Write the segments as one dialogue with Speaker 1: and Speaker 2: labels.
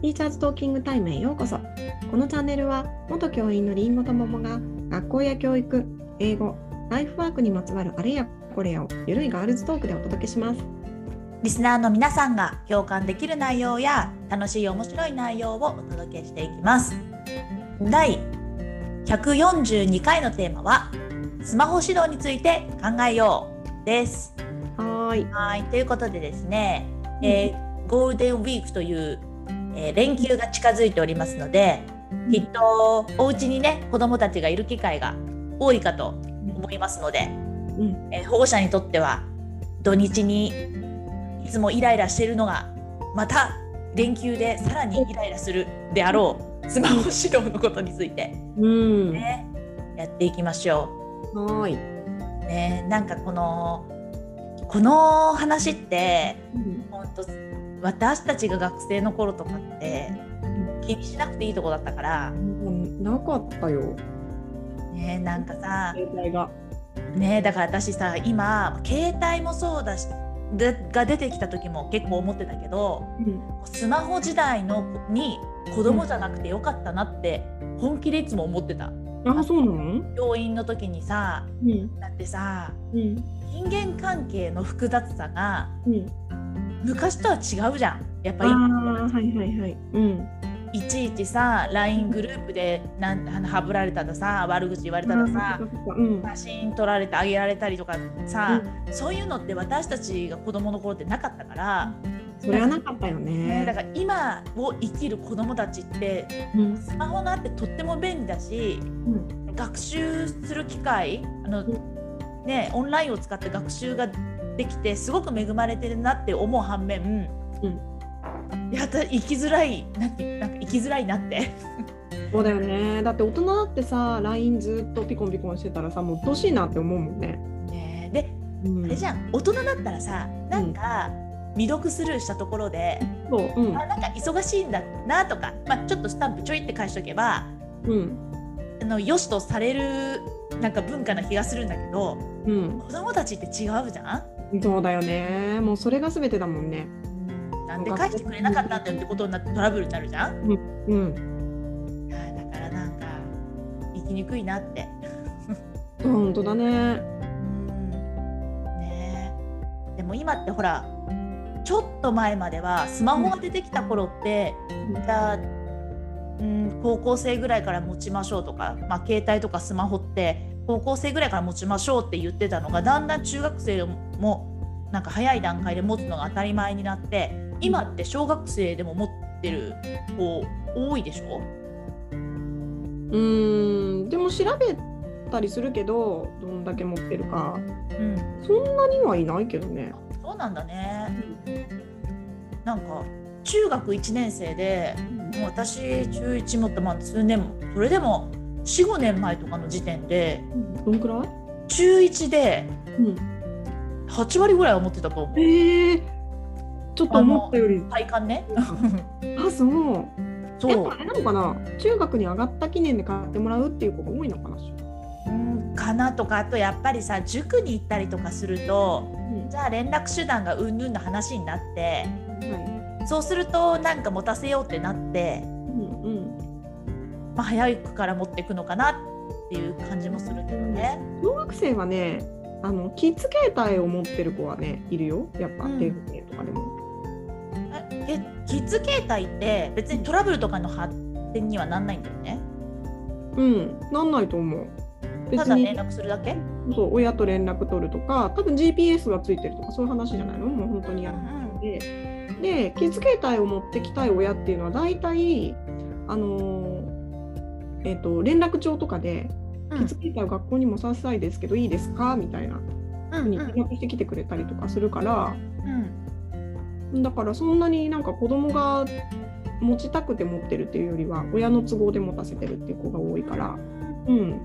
Speaker 1: ティーチャーズトーキングタイムへようこそこのチャンネルは元教員のりんごと桃が学校や教育、英語、ライフワークにまつわるあれやこれやをゆるいガールズトークでお届けします
Speaker 2: リスナーの皆さんが共感できる内容や楽しい面白い内容をお届けしていきます。第142回のテーマはスマホ指導について考えようです。
Speaker 1: はーい
Speaker 2: はい、ということでですね、えーゴールデンウィークという、えー連休が近づいておりますので、きっとお家にね子どもたちがいる機会が多いかと思いますので、
Speaker 1: うん
Speaker 2: えー保護者にとっては土日にいつもイライラしているのがまた連休でさらにイライラするであろうスマホ指導のことについて、
Speaker 1: うんは
Speaker 2: ね、やっていきましょ。
Speaker 1: ーいう
Speaker 2: ね、なんかこのこの話って本当私たちが学生の頃とかって気にしなくていいとこだったから、
Speaker 1: うんなかったよ
Speaker 2: ね、なんかさ、
Speaker 1: 携帯が
Speaker 2: ね、だから私さ今携帯もそうだしでが出てきた時も結構思ってたけど
Speaker 1: うん
Speaker 2: スマホ時代のに子供じゃなくてよかったなって本気でいつも思ってた
Speaker 1: あ、そうなの
Speaker 2: 病院の時にさ
Speaker 1: うん
Speaker 2: だってさ
Speaker 1: うん
Speaker 2: 人間関係の複雑さが
Speaker 1: うん
Speaker 2: 昔とは違うじゃんやっぱ
Speaker 1: あ
Speaker 2: り
Speaker 1: ーはいはいはいうん
Speaker 2: いちいちさ LINE グループでなんあのハブられたらさ悪口言われたらさ
Speaker 1: あーそっかそっかうん
Speaker 2: 写真撮られてあげられたりとかさ、そういうのって私たちが子供の頃ってなかったから、
Speaker 1: それはなかったよ
Speaker 2: ね、だ
Speaker 1: ね
Speaker 2: から今を生きる子供たちって
Speaker 1: うん
Speaker 2: スマホがあってとっても便利だし
Speaker 1: うん
Speaker 2: 学習する機会あの、ね、オンラインを使って学習ができてすごく恵まれてるなって思う反面、やった生きづらいなんてなんか生きづらいなって。
Speaker 1: そうだよねだって大人だってさ LINE ずっとピコンピコンしてたらさもう鬱陶しいなって思うもんね
Speaker 2: ねで
Speaker 1: うん
Speaker 2: あれじゃん大人だったらさなんか未読スルーしたところで、
Speaker 1: そううん
Speaker 2: あなんか忙しいんだなとか、まあ、ちょっとスタンプちょいって返しとけば
Speaker 1: うん
Speaker 2: あのよしとされるなんか文化な気がするんだけど
Speaker 1: うん
Speaker 2: 子供たちって違うじゃん
Speaker 1: そうだよねもうそれが全てだもんね
Speaker 2: なんで返してくれなかったんだよってことになってトラブルになるじゃん
Speaker 1: うん
Speaker 2: あーだからなんか生きにくいなって。
Speaker 1: 本当だね
Speaker 2: うんねえでも今ってほらちょっと前まではスマホが出てきた頃って、じゃあ、うん、高校生ぐらいから持ちましょうとか、まあ、携帯とかスマホって高校生ぐらいから持ちましょうって言ってたのがだんだん中学生もなんか早い段階で持つのが当たり前になって今って小学生でも持ってる子多いでしょ
Speaker 1: うんでも調べたりするけどどんだけ持ってるか
Speaker 2: うん、
Speaker 1: そんなにはいないけどね
Speaker 2: そうなんだね。なんか中学1年生でもう私中1もってまあ数年もそれでも45年前とかの時点で
Speaker 1: どんくらい
Speaker 2: 中1で
Speaker 1: うん
Speaker 2: 8割ぐらいは持ってたと思う
Speaker 1: ええちょっと思ったより
Speaker 2: 体感ね
Speaker 1: あそうやっ
Speaker 2: そ
Speaker 1: ぱあれなのかな中学に上がった記念で買ってもらうっていう子が多いのかな
Speaker 2: う、うん、かなとかあとやっぱりさ塾に行ったりとかするとじゃあ連絡手段がうんぬんの話になって
Speaker 1: はい
Speaker 2: そうするとなんか持たせようってなって、
Speaker 1: うんうん
Speaker 2: まあ、早いから持っていくのかなっていう感じもするけどね。
Speaker 1: 小学生はねあのキッズ携帯を持ってる子はねいるよやっぱ
Speaker 2: うん
Speaker 1: デブねとかでも、
Speaker 2: えキッズ携帯って別にトラブルとかの発展にはなんないんだよね
Speaker 1: うん、なんないと思う
Speaker 2: た
Speaker 1: 別
Speaker 2: だ
Speaker 1: に
Speaker 2: 連絡するだけ
Speaker 1: そう親と連絡取るとか多分 GPS がついてるとかそういう話じゃないのもう本当にやるででキッズ携帯を持ってきたい親っていうのは大体あのーえっと連絡帳とかで、
Speaker 2: う
Speaker 1: キ
Speaker 2: ん
Speaker 1: ッズ携帯を学校にもさせたいですけどいいですかみたいな
Speaker 2: う
Speaker 1: ふうんに
Speaker 2: う
Speaker 1: 連
Speaker 2: ん
Speaker 1: 絡してきてくれたりとかするから、
Speaker 2: うん
Speaker 1: だからそんなになんか子供が持ちたくて持ってるっていうよりは親の都合で持たせてるっていう子が多いから、うん、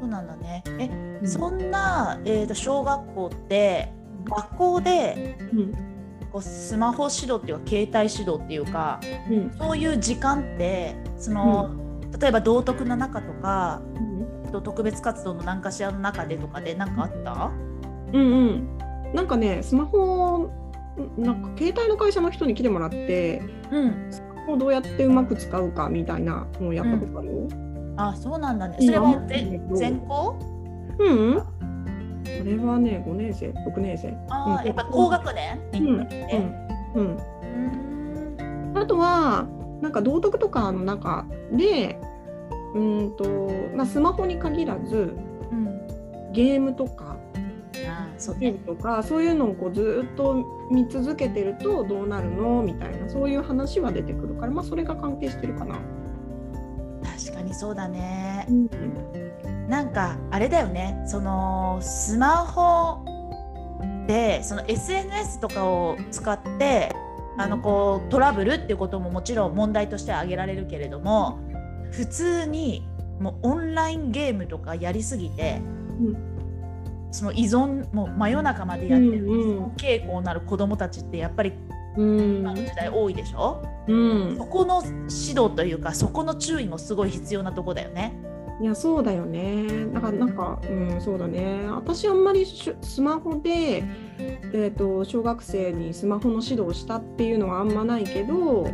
Speaker 2: そうなんだねえ、そんな、えー、と小学校って学校で
Speaker 1: うん、
Speaker 2: こうスマホ指導っていうか携帯指導っていうか
Speaker 1: うん、
Speaker 2: そういう時間ってその、例えば道徳の中とか
Speaker 1: うん、
Speaker 2: えっと特別活動の何かしらの中でとかで何かあった、
Speaker 1: うん、うん、なんかね、スマホを。なんか携帯の会社の人に来てもらって
Speaker 2: うん、
Speaker 1: スマホをどうやってうまく使うかみたいなのをやったことあるよ。
Speaker 2: あそうなんだね
Speaker 1: いい
Speaker 2: そ
Speaker 1: な
Speaker 2: れは全
Speaker 1: うん
Speaker 2: 全校
Speaker 1: うん、これはね5年生6年生。
Speaker 2: あ
Speaker 1: う
Speaker 2: あ
Speaker 1: ん
Speaker 2: やっぱ高学年
Speaker 1: う
Speaker 2: に行
Speaker 1: ん
Speaker 2: ったね
Speaker 1: うんうん、あとはなんか道徳とかの中でうーんと、まあ、スマホに限らず
Speaker 2: うんうん
Speaker 1: ゲームとか
Speaker 2: あーそう
Speaker 1: ゲー
Speaker 2: ね
Speaker 1: ムとかそういうのをこうずーっと見続けてるとどうなるのみたいなそういう話は出てくるから、まあ、それが関係してるかな。
Speaker 2: 確かにそうだね
Speaker 1: うん
Speaker 2: なんかあれだよねそのスマホでその SNS とかを使ってあのこうトラブルっていうことももちろん問題としては挙げられるけれども普通にもうオンラインゲームとかやりすぎて、
Speaker 1: う
Speaker 2: その依存もう真夜中までやってる依
Speaker 1: うんうん
Speaker 2: 存傾向のある子どもたちってやっぱり
Speaker 1: うん
Speaker 2: 今の時代多いでしょ、
Speaker 1: うん
Speaker 2: そ、この指導というかそこの注意もすごい必要なとこだよね。
Speaker 1: いやそうだよねだからなんか、うん、そうだね私あんまりしゅスマホで、えー、と小学生にスマホの指導をしたっていうのはあんまないけど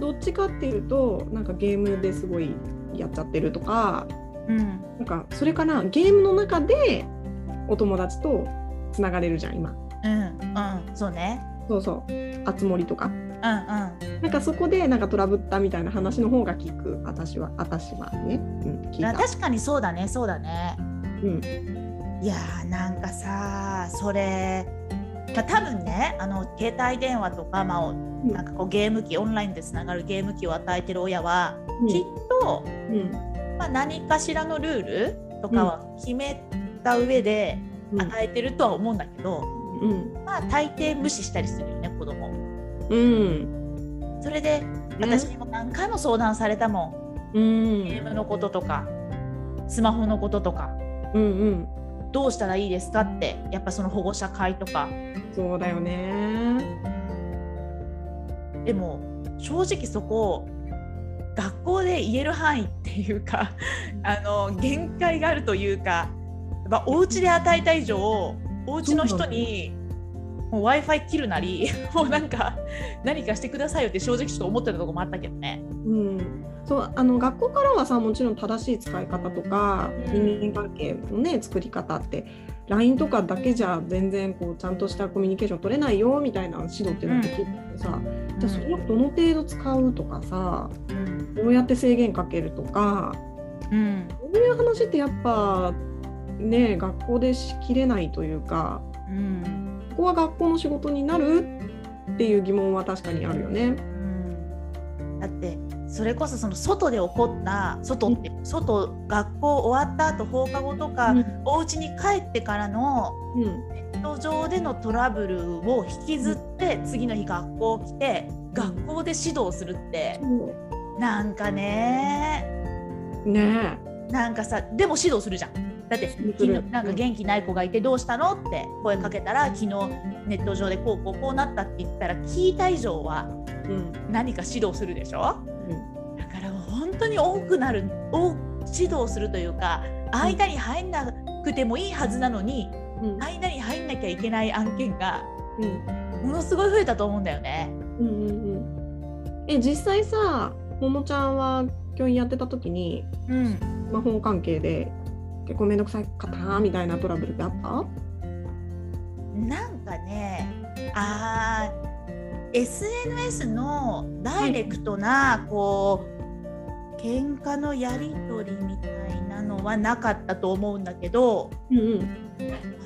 Speaker 1: どっちかっていうとなんかゲームですごいやっちゃってるとか
Speaker 2: うん
Speaker 1: なんかそれからゲームの中でお友達とつながれるじゃん今
Speaker 2: うんうんそうね
Speaker 1: そうそうあつ森とか
Speaker 2: うんうん
Speaker 1: なんかそこでなんかトラブったみたいな話の方が聞く私は私はね、うん、聞いた。
Speaker 2: 確かにそうだねそうだね
Speaker 1: うん
Speaker 2: いやーなんかさそれ、まあ、多分ねあの携帯電話とか,、まあお、なんかこうゲーム機オンラインでつながるゲーム機を与えてる親は、きっと、
Speaker 1: うん
Speaker 2: まあ、何かしらのルールとかは決めた上で
Speaker 1: うん
Speaker 2: 与えてるとは思うんだけど、
Speaker 1: うん
Speaker 2: まあ大抵無視したりするよね子供
Speaker 1: うん。
Speaker 2: それで私にも何回も相談されたもん、
Speaker 1: うん。
Speaker 2: ゲームのこととかスマホのこととか
Speaker 1: うんうん。
Speaker 2: どうしたらいいですかってやっぱその保護者会とか
Speaker 1: そうだよね。
Speaker 2: でも正直そこ学校で言える範囲っていうか あの限界があるというかやっぱお家で与えた以上お家の人に w i f i 切るなり もうなんか何かしてくださいよって正直ちょっと思ってたとこもあったけどね。
Speaker 1: うん。そうあの学校からはさもちろん正しい使い方とか
Speaker 2: うん
Speaker 1: 人間関係のね作り方って LINE とかだけじゃ全然こうちゃんとしたコミュニケーション取れないよみたいな指導っていうのはできるけどさ、じゃあそれをどの程度使うとかさ
Speaker 2: うん
Speaker 1: どうやって制限かけるとか
Speaker 2: うん
Speaker 1: そういう話ってやっぱね学校でしきれないというか
Speaker 2: うん
Speaker 1: ここは学校の仕事になるっていう疑問は確かにあるよね。
Speaker 2: うんだってそれこそその外で起こった外って外学校終わった後放課後とか、お家に帰ってからの
Speaker 1: うん、
Speaker 2: ネット上でのトラブルを引きずって次の日学校来て学校で指導するってなんかね
Speaker 1: ね
Speaker 2: なんかさでも指導するじゃん。だって
Speaker 1: 導す
Speaker 2: 昨
Speaker 1: る
Speaker 2: 日なんか元気ない子がいてどうしたのって声かけたら昨日ネット上でこうこうこうなったって言ったら聞いた以上は
Speaker 1: え、うん
Speaker 2: 何か指導するでしょだからもう本当に多くなる多指導するというか間に入んなくてもいいはずなのに
Speaker 1: うん
Speaker 2: 間に入んなきゃいけない案件が
Speaker 1: うん
Speaker 2: ものすごい増えたと思うんだよね。
Speaker 1: うんうんうんえ実際さももちゃんは教員やってた時に
Speaker 2: うん、
Speaker 1: 魔法関係で結構面倒くさいかったなみたいなトラブルってあった
Speaker 2: なんかねあー SNS のダイレクトなこう喧嘩のやり取りみたいなのはなかったと思うんだけど
Speaker 1: うんうん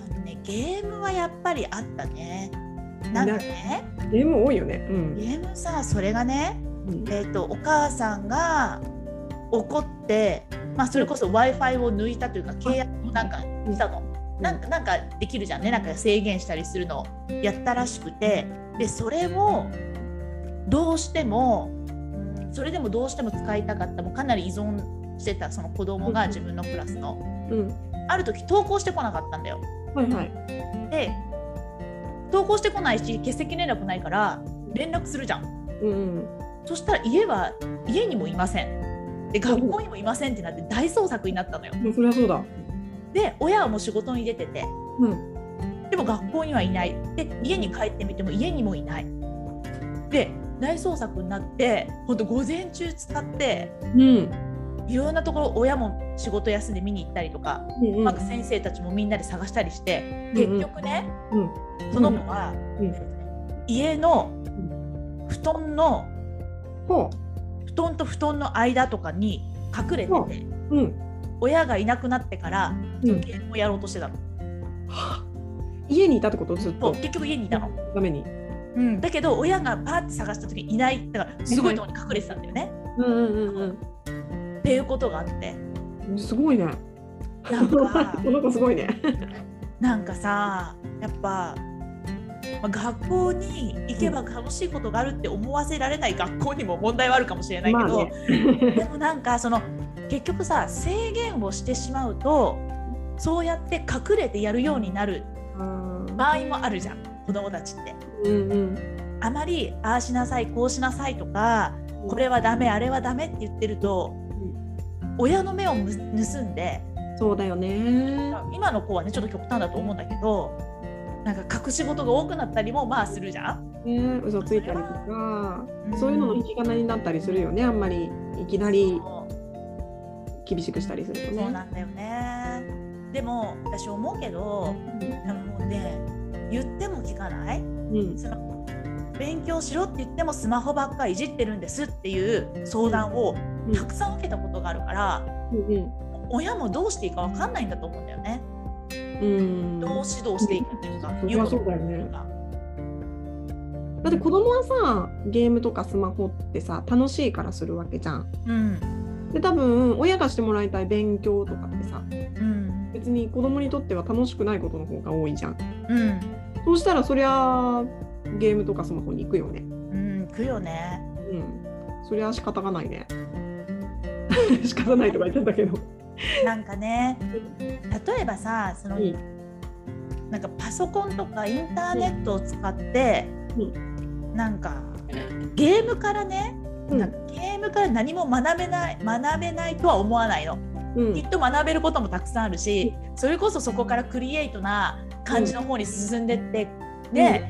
Speaker 2: あの、ね、ゲームはやっぱりあったね。なんかね
Speaker 1: ゲーム多いよね。うん
Speaker 2: ゲームさそれがね、
Speaker 1: うん
Speaker 2: えー、とお母さんが怒って、まあ、それこそ w i f i を抜いたというか契約をなんかしたのなんかなんかできるじゃんねなんか制限したりするのをやったらしくてでそれもどうしてもうんそれでもどうしても使いたかったもうかなり依存してたその子供が自分のクラスの
Speaker 1: うん
Speaker 2: ある時投稿してこなかったんだよ。
Speaker 1: はいはい。
Speaker 2: で投稿してこないし欠席連絡ないから連絡するじゃん。
Speaker 1: うん
Speaker 2: そしたら家は家にもいませんで学校にもいませんってなって大捜索になったのよ
Speaker 1: うん。もうそれはそうだ。
Speaker 2: で親はもう仕事に出てて
Speaker 1: うん
Speaker 2: でも学校にはいないで家に帰ってみても家にもいないで大捜索になってほんと午前中使って
Speaker 1: うん
Speaker 2: いろんなところ親も仕事休んで見に行ったりとか、
Speaker 1: うん
Speaker 2: まあ先生たちもみんなで探したりして、
Speaker 1: うんうん
Speaker 2: 結局ね、
Speaker 1: うん
Speaker 2: その子は、
Speaker 1: うん
Speaker 2: 家の布団の
Speaker 1: ほ
Speaker 2: 布団と布団の間とかに隠れてて、
Speaker 1: ううん
Speaker 2: 親がいなくなってから
Speaker 1: うん
Speaker 2: ゲームをやろうとしてたの。
Speaker 1: 家にいたってことずっ
Speaker 2: そ
Speaker 1: と
Speaker 2: う結局家にいたの。
Speaker 1: ために
Speaker 2: うんだけど親がパーって探した時にいないだからすごいところに隠れてたんだよね。
Speaker 1: うんうん
Speaker 2: っていうことがあって
Speaker 1: うんすごいね
Speaker 2: なん か
Speaker 1: この子すごいね
Speaker 2: なんかさやっぱ、まあ学校に行けば楽しいことがあるって思わせられない学校にも問題はあるかもしれないけど、
Speaker 1: まあね
Speaker 2: でもなんかその結局さ制限をしてしまうとそうやって隠れてやるようになる場合もあるじゃん子供たちって。
Speaker 1: うんうん
Speaker 2: あまりああしなさいこうしなさいとかこれはダメあれはダメって言ってると親の目をむ盗んで
Speaker 1: そうだよね
Speaker 2: 今の子はねちょっと極端だと思うんだけどなんか隠し事が多くなったりもまあするじゃん。
Speaker 1: ね嘘ついたりとか
Speaker 2: うん
Speaker 1: そういうのの引き金になったりするよねあんまりいきなり
Speaker 2: そう
Speaker 1: 厳しくしたりするとね
Speaker 2: そうなんだよね。でも私思うけどあのもうね言っても聞かない
Speaker 1: うん
Speaker 2: その勉強しろって言ってもスマホばっかいじってるんですっていう相談を
Speaker 1: うん
Speaker 2: たくさん受けたことがあるから
Speaker 1: うん
Speaker 2: 親もどうしていいかわかんないんだと思うんだよね。
Speaker 1: うん
Speaker 2: どう指導していいかっていうか、
Speaker 1: うん
Speaker 2: 言うこと
Speaker 1: そりゃそうだよね
Speaker 2: っていうか
Speaker 1: だって子供はさゲームとかスマホってさ楽しいからするわけじゃん。
Speaker 2: うん
Speaker 1: で多分親がしてもらいたい勉強とかってさ
Speaker 2: うん
Speaker 1: 別に子供にとっては楽しくないことの方が多いじゃん。
Speaker 2: うん
Speaker 1: そうしたらそりゃゲームとかスマホに行くよね。
Speaker 2: うん行くよね。
Speaker 1: うん。そりゃ仕方がないね。 仕方ないとか言ってたけど。
Speaker 2: なんかね例えばさその、
Speaker 1: うん
Speaker 2: なんかパソコンとかインターネットを使って、なんかゲームからねなんかゲームから何も学べない学べないとは思わないの。
Speaker 1: うん
Speaker 2: きっと学べることもたくさんあるしそれこそそこからクリエイトな感じの方に進んでって、で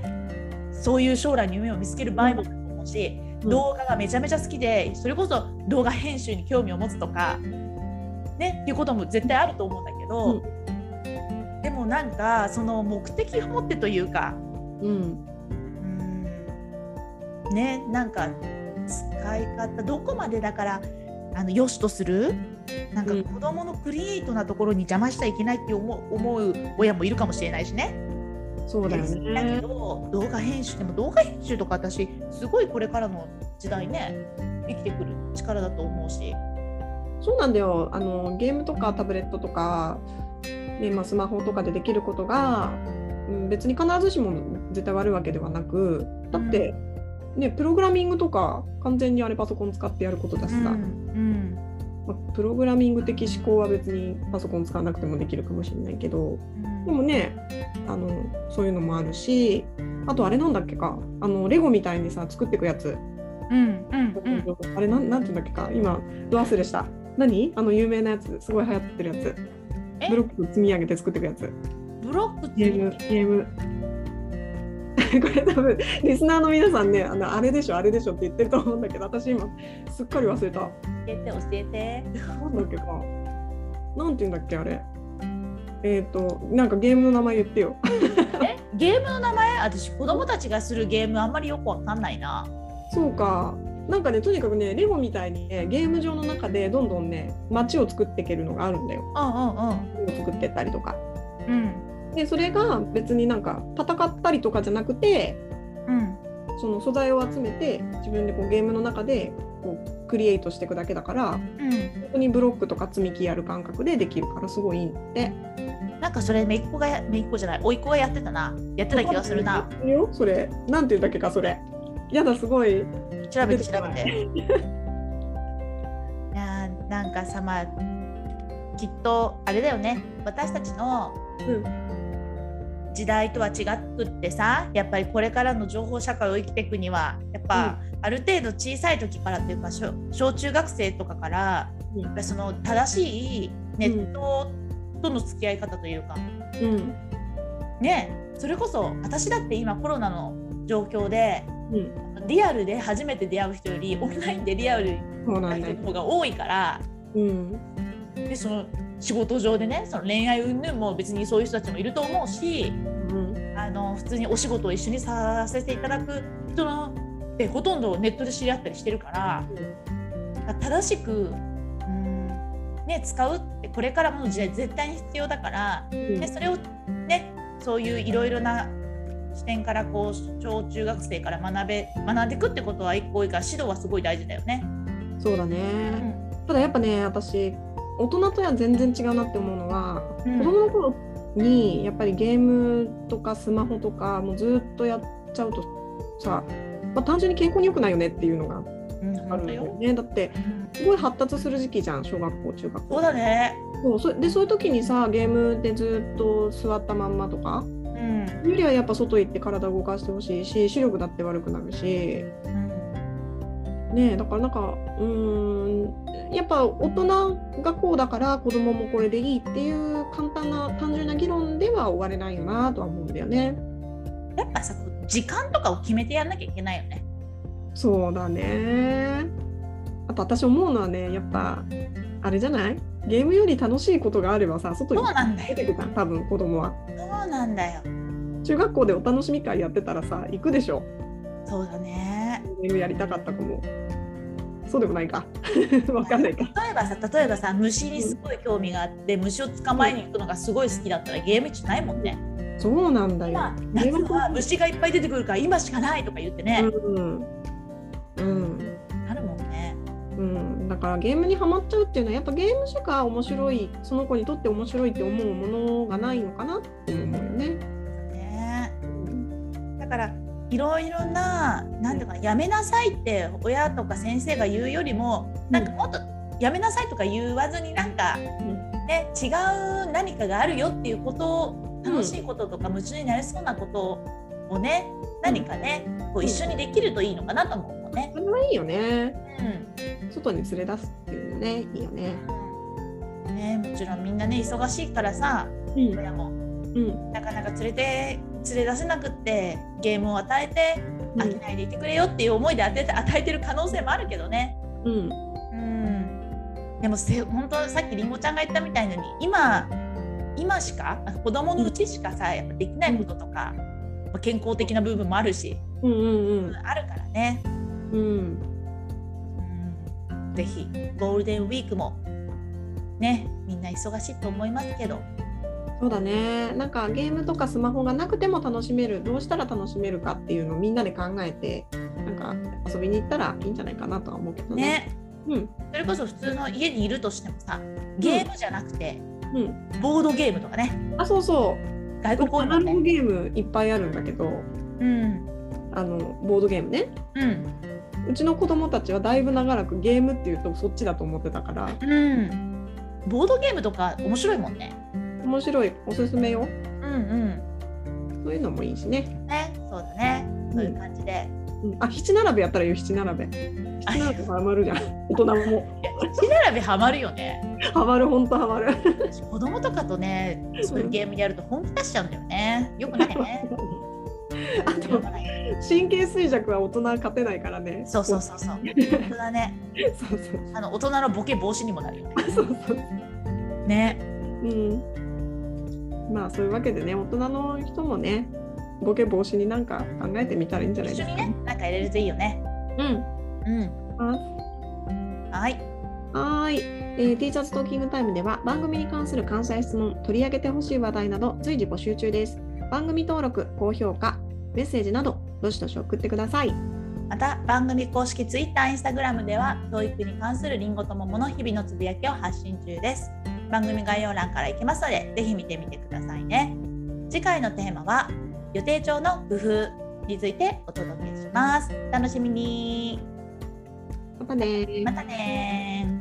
Speaker 2: そういう将来の夢を見つける場合もあると思うし、
Speaker 1: うん
Speaker 2: 動画がめちゃめちゃ好きでそれこそ動画編集に興味を持つとかねっていうことも絶対あると思うんだけど、でもなんかその目的を持ってというか
Speaker 1: うん。
Speaker 2: うんねなんか使い方どこまでだからあの良しとするなんか
Speaker 1: うん
Speaker 2: 子供のクリエイトなところに邪魔しちゃいけないって思う思う親もいるかもしれないしね。
Speaker 1: そうだよ
Speaker 2: だけ
Speaker 1: ね。
Speaker 2: ど動画編集でも動画編集とか私すごいこれからの時代ね生きてくる力だと思うし。
Speaker 1: そうなんだよあのゲームとかタブレットとか、ねまあ、スマホとかでできることが、うん、別に必ずしも絶対悪いわけではなくだって、ね、プログラミングとか完全にあれパソコン使ってやることだしさ、
Speaker 2: うん
Speaker 1: まあプログラミング的思考は別にパソコン使わなくてもできるかもしれないけどでもねあのそういうのもあるしあとあれなんだっけかあのレゴみたいにさ作っていくやつ、
Speaker 2: うんうんうん
Speaker 1: あれなんなんていうんだっけか今ど忘れした何あの有名なやつすごい流行ってるやつ。
Speaker 2: え
Speaker 1: ブロック積み上げて作っていくやつ。
Speaker 2: ブロックって
Speaker 1: ゲーム、ゲーム。 これ多分、リスナーの皆さんね、あのあれでしょ、あれでしょって言ってると思うんだけど、私今、すっかり忘れた。
Speaker 2: 教えて教えて。
Speaker 1: なんだっけか。なんて言うんだっけ、あれ。えっ、と、なんかゲームの名前言ってよ。
Speaker 2: えゲームの名前私子供たちがするゲームあんまりよくわかんないな。
Speaker 1: そうか。なんかね、とにかくね、レゴみたいに、ね、ゲーム上の中でどんどんね、街を作っていけるのがあるんだよ。
Speaker 2: うんうん
Speaker 1: 街を作ってったりとか。
Speaker 2: うん
Speaker 1: で、それが別になんか戦ったりとかじゃなくて、
Speaker 2: うん
Speaker 1: その素材を集めて自分でこうゲームの中でこうクリエイトしていくだけだから本
Speaker 2: うん
Speaker 1: 当にブロックとか積み木やる感覚でできるからすごいいいんだって。
Speaker 2: なんかそれめいっ子がやめいっ子じゃない甥いっ子がやってたなやってた気がするな。
Speaker 1: いいよそれなんていうんだっけかそれ。やだすごい。
Speaker 2: 調べて
Speaker 1: 出
Speaker 2: 調
Speaker 1: てこ
Speaker 2: べ
Speaker 1: な
Speaker 2: て。いやーなんかさまあきっとあれだよね私たちの
Speaker 1: うん
Speaker 2: 時代とは違くってさやっぱりこれからの情報社会を生きていくにはやっぱ、ある程度小さい時からっていうか小小中学生とかから、
Speaker 1: うん
Speaker 2: やっぱりその正しいネットとの付き合い方というか、
Speaker 1: うん
Speaker 2: ねそれこそ私だって今コロナの状況で
Speaker 1: うん
Speaker 2: リアルで初めて出会う人よりオンラインでリアルに
Speaker 1: そうな
Speaker 2: 会
Speaker 1: ん
Speaker 2: う
Speaker 1: だよ
Speaker 2: 人の。方が多いから
Speaker 1: うん。
Speaker 2: でその仕事上でねその恋愛云々も別にそういう人たちもいると思うし
Speaker 1: うん。
Speaker 2: あの普通にお仕事を一緒にさせていただく人のでほとんどネットで知り合ったりしてるから正しく、うんね、使うってこれからの時代絶対に必要だからでそれをねそういういろいろな視点からこう小中学生から学べ学んでいくってことは一個多いから指導はすごい大事だよね。
Speaker 1: そうだ
Speaker 2: う
Speaker 1: ね。
Speaker 2: ん
Speaker 1: ただやっぱね、私、大人とは全然違うなって思うのは、
Speaker 2: うん
Speaker 1: 子供の頃にやっぱりゲームとかスマホとかもうずっとやっちゃうとさ、まあ、単純に健康に良くないよねっていうのが
Speaker 2: うん
Speaker 1: ある
Speaker 2: 本
Speaker 1: ん
Speaker 2: 当
Speaker 1: だよ
Speaker 2: よ
Speaker 1: ね。だってすごい発達する時期じゃん小学校中学校
Speaker 2: そうだね、
Speaker 1: そうそでそういう時にさゲームでずっと座ったまんまとか
Speaker 2: うん
Speaker 1: よりはやっぱ外行って体動かしてほしいし視力だって悪くなるし
Speaker 2: うん
Speaker 1: ねえだからなんかうーんやっぱ大人がこうだから子供もこれでいいっていう簡単な単純な議論では終われないよなとは思うんだよね。
Speaker 2: やっぱさこう時間とかを決めてやんなきゃいけないよね。
Speaker 1: そうだね。あと私思うのはねやっぱあれじゃないゲームより楽しいことがあればさ外
Speaker 2: そう
Speaker 1: に
Speaker 2: なんだ
Speaker 1: 出
Speaker 2: よ
Speaker 1: てくるじゃん多分子供は。
Speaker 2: そうなんだよ
Speaker 1: 中学校でお楽しみ会やってたらさ行くでしょ
Speaker 2: そうだね。
Speaker 1: ゲームやりたかった子も。そうでもないか。 わかんないか。
Speaker 2: 例えばさ例えばさ虫にすごい興味があって虫を捕まえに行くのがすごい好きだったらゲーム機ないもんね。
Speaker 1: そうなんだよ。
Speaker 2: 今夏は虫がいっぱい出てくるから今しかないとか言ってね、
Speaker 1: うんうん
Speaker 2: あるもんね。
Speaker 1: うん、だからゲームにはまっちゃうっていうのはやっぱゲームしか面白いその子にとって面白いって思うものがないのかなって思うよね。
Speaker 2: ねだからいろいろななんていうかやめなさいって親とか先生が言うよりもなんかもっとやめなさいとか言わずになんか、ね、違う何かがあるよっていうことを
Speaker 1: うん
Speaker 2: 楽しいこととか夢中になれそうなことをね何かねこう一緒にできるといいのかなと思うのね。
Speaker 1: それはいいよね。
Speaker 2: うん
Speaker 1: 外に連れ出すっていうのねいいよね。
Speaker 2: ね、もちろんみんなね忙しいからさ
Speaker 1: うん
Speaker 2: 親も
Speaker 1: うん
Speaker 2: なかなか連れて連れ出せなくってゲームを与えて飽きないでいてくれよっていう思いで与えて与えてる可能性もあるけどね。
Speaker 1: うん
Speaker 2: うん、でもせ本当さっきりんごちゃんが言ったみたいのに今今しかなんか子供のうちしかさやっぱできないこととか、まあ健康的な部分もあるし、
Speaker 1: うんうん
Speaker 2: あるからね、
Speaker 1: うんうん
Speaker 2: うん、ぜひゴールデンウィークもねみんな忙しいと思いますけど、
Speaker 1: そうだねなんかゲームとかスマホがなくても楽しめるどうしたら楽しめるかっていうのをみんなで考えてなんか遊びに行ったらいいんじゃないかなとは思うけどね。
Speaker 2: ね
Speaker 1: うん
Speaker 2: それこそ普通の家にいるとしてもさゲームじゃなくて、
Speaker 1: うん、
Speaker 2: ボードゲームとかね
Speaker 1: あそうそう
Speaker 2: 外国語
Speaker 1: ア
Speaker 2: の
Speaker 1: ナログ
Speaker 2: ね
Speaker 1: ゲームいっぱいあるんだけど
Speaker 2: うん
Speaker 1: あのボードゲームね
Speaker 2: うん
Speaker 1: うちの子供たちはだいぶ長らくゲームっていうとそっちだと思ってたから
Speaker 2: うんボードゲームとか面白いもんね
Speaker 1: 面白いおすすめよ
Speaker 2: うんう
Speaker 1: そういうのもいいしね、
Speaker 2: んねそうだねそういう感じで、
Speaker 1: うん、あ七並べやったらいいよ七並べ七並べハマるじゃん大人も
Speaker 2: 口並べハマるよね
Speaker 1: ハマるほんとハマる
Speaker 2: 私子供とかとねそういうゲームやると本気出しちゃうんだよねよくないね
Speaker 1: あ
Speaker 2: よ
Speaker 1: と
Speaker 2: くない
Speaker 1: 神経衰弱は大人は勝てないからね
Speaker 2: そうそうそうそう本当だね
Speaker 1: そうそう
Speaker 2: あの大人のボケ防止にもなるよね
Speaker 1: そうそう
Speaker 2: ね
Speaker 1: うんまあそういうわけでね大人の人もねボケ防止になんか考えてみたらいいんじゃない
Speaker 2: 一
Speaker 1: で
Speaker 2: 緒
Speaker 1: すか
Speaker 2: にねなんか入れるといいよね
Speaker 1: うん
Speaker 2: うん
Speaker 1: あ
Speaker 2: はい
Speaker 1: はーい、えー、T シャツトーキングタイムでは番組に関する関西質問、取り上げてほしい話題など随時募集中です。番組登録、高評価、メッセージなどどしどし送ってください。
Speaker 2: また番組公式 Twitter、Instagram では教育に関するりんごと桃の日々のつぶやきを発信中です番組概要欄から行きますのでぜひ見てみてくださいね次回のテーマは予定帳の工夫についてお届けします楽しみに
Speaker 1: またねー
Speaker 2: またねー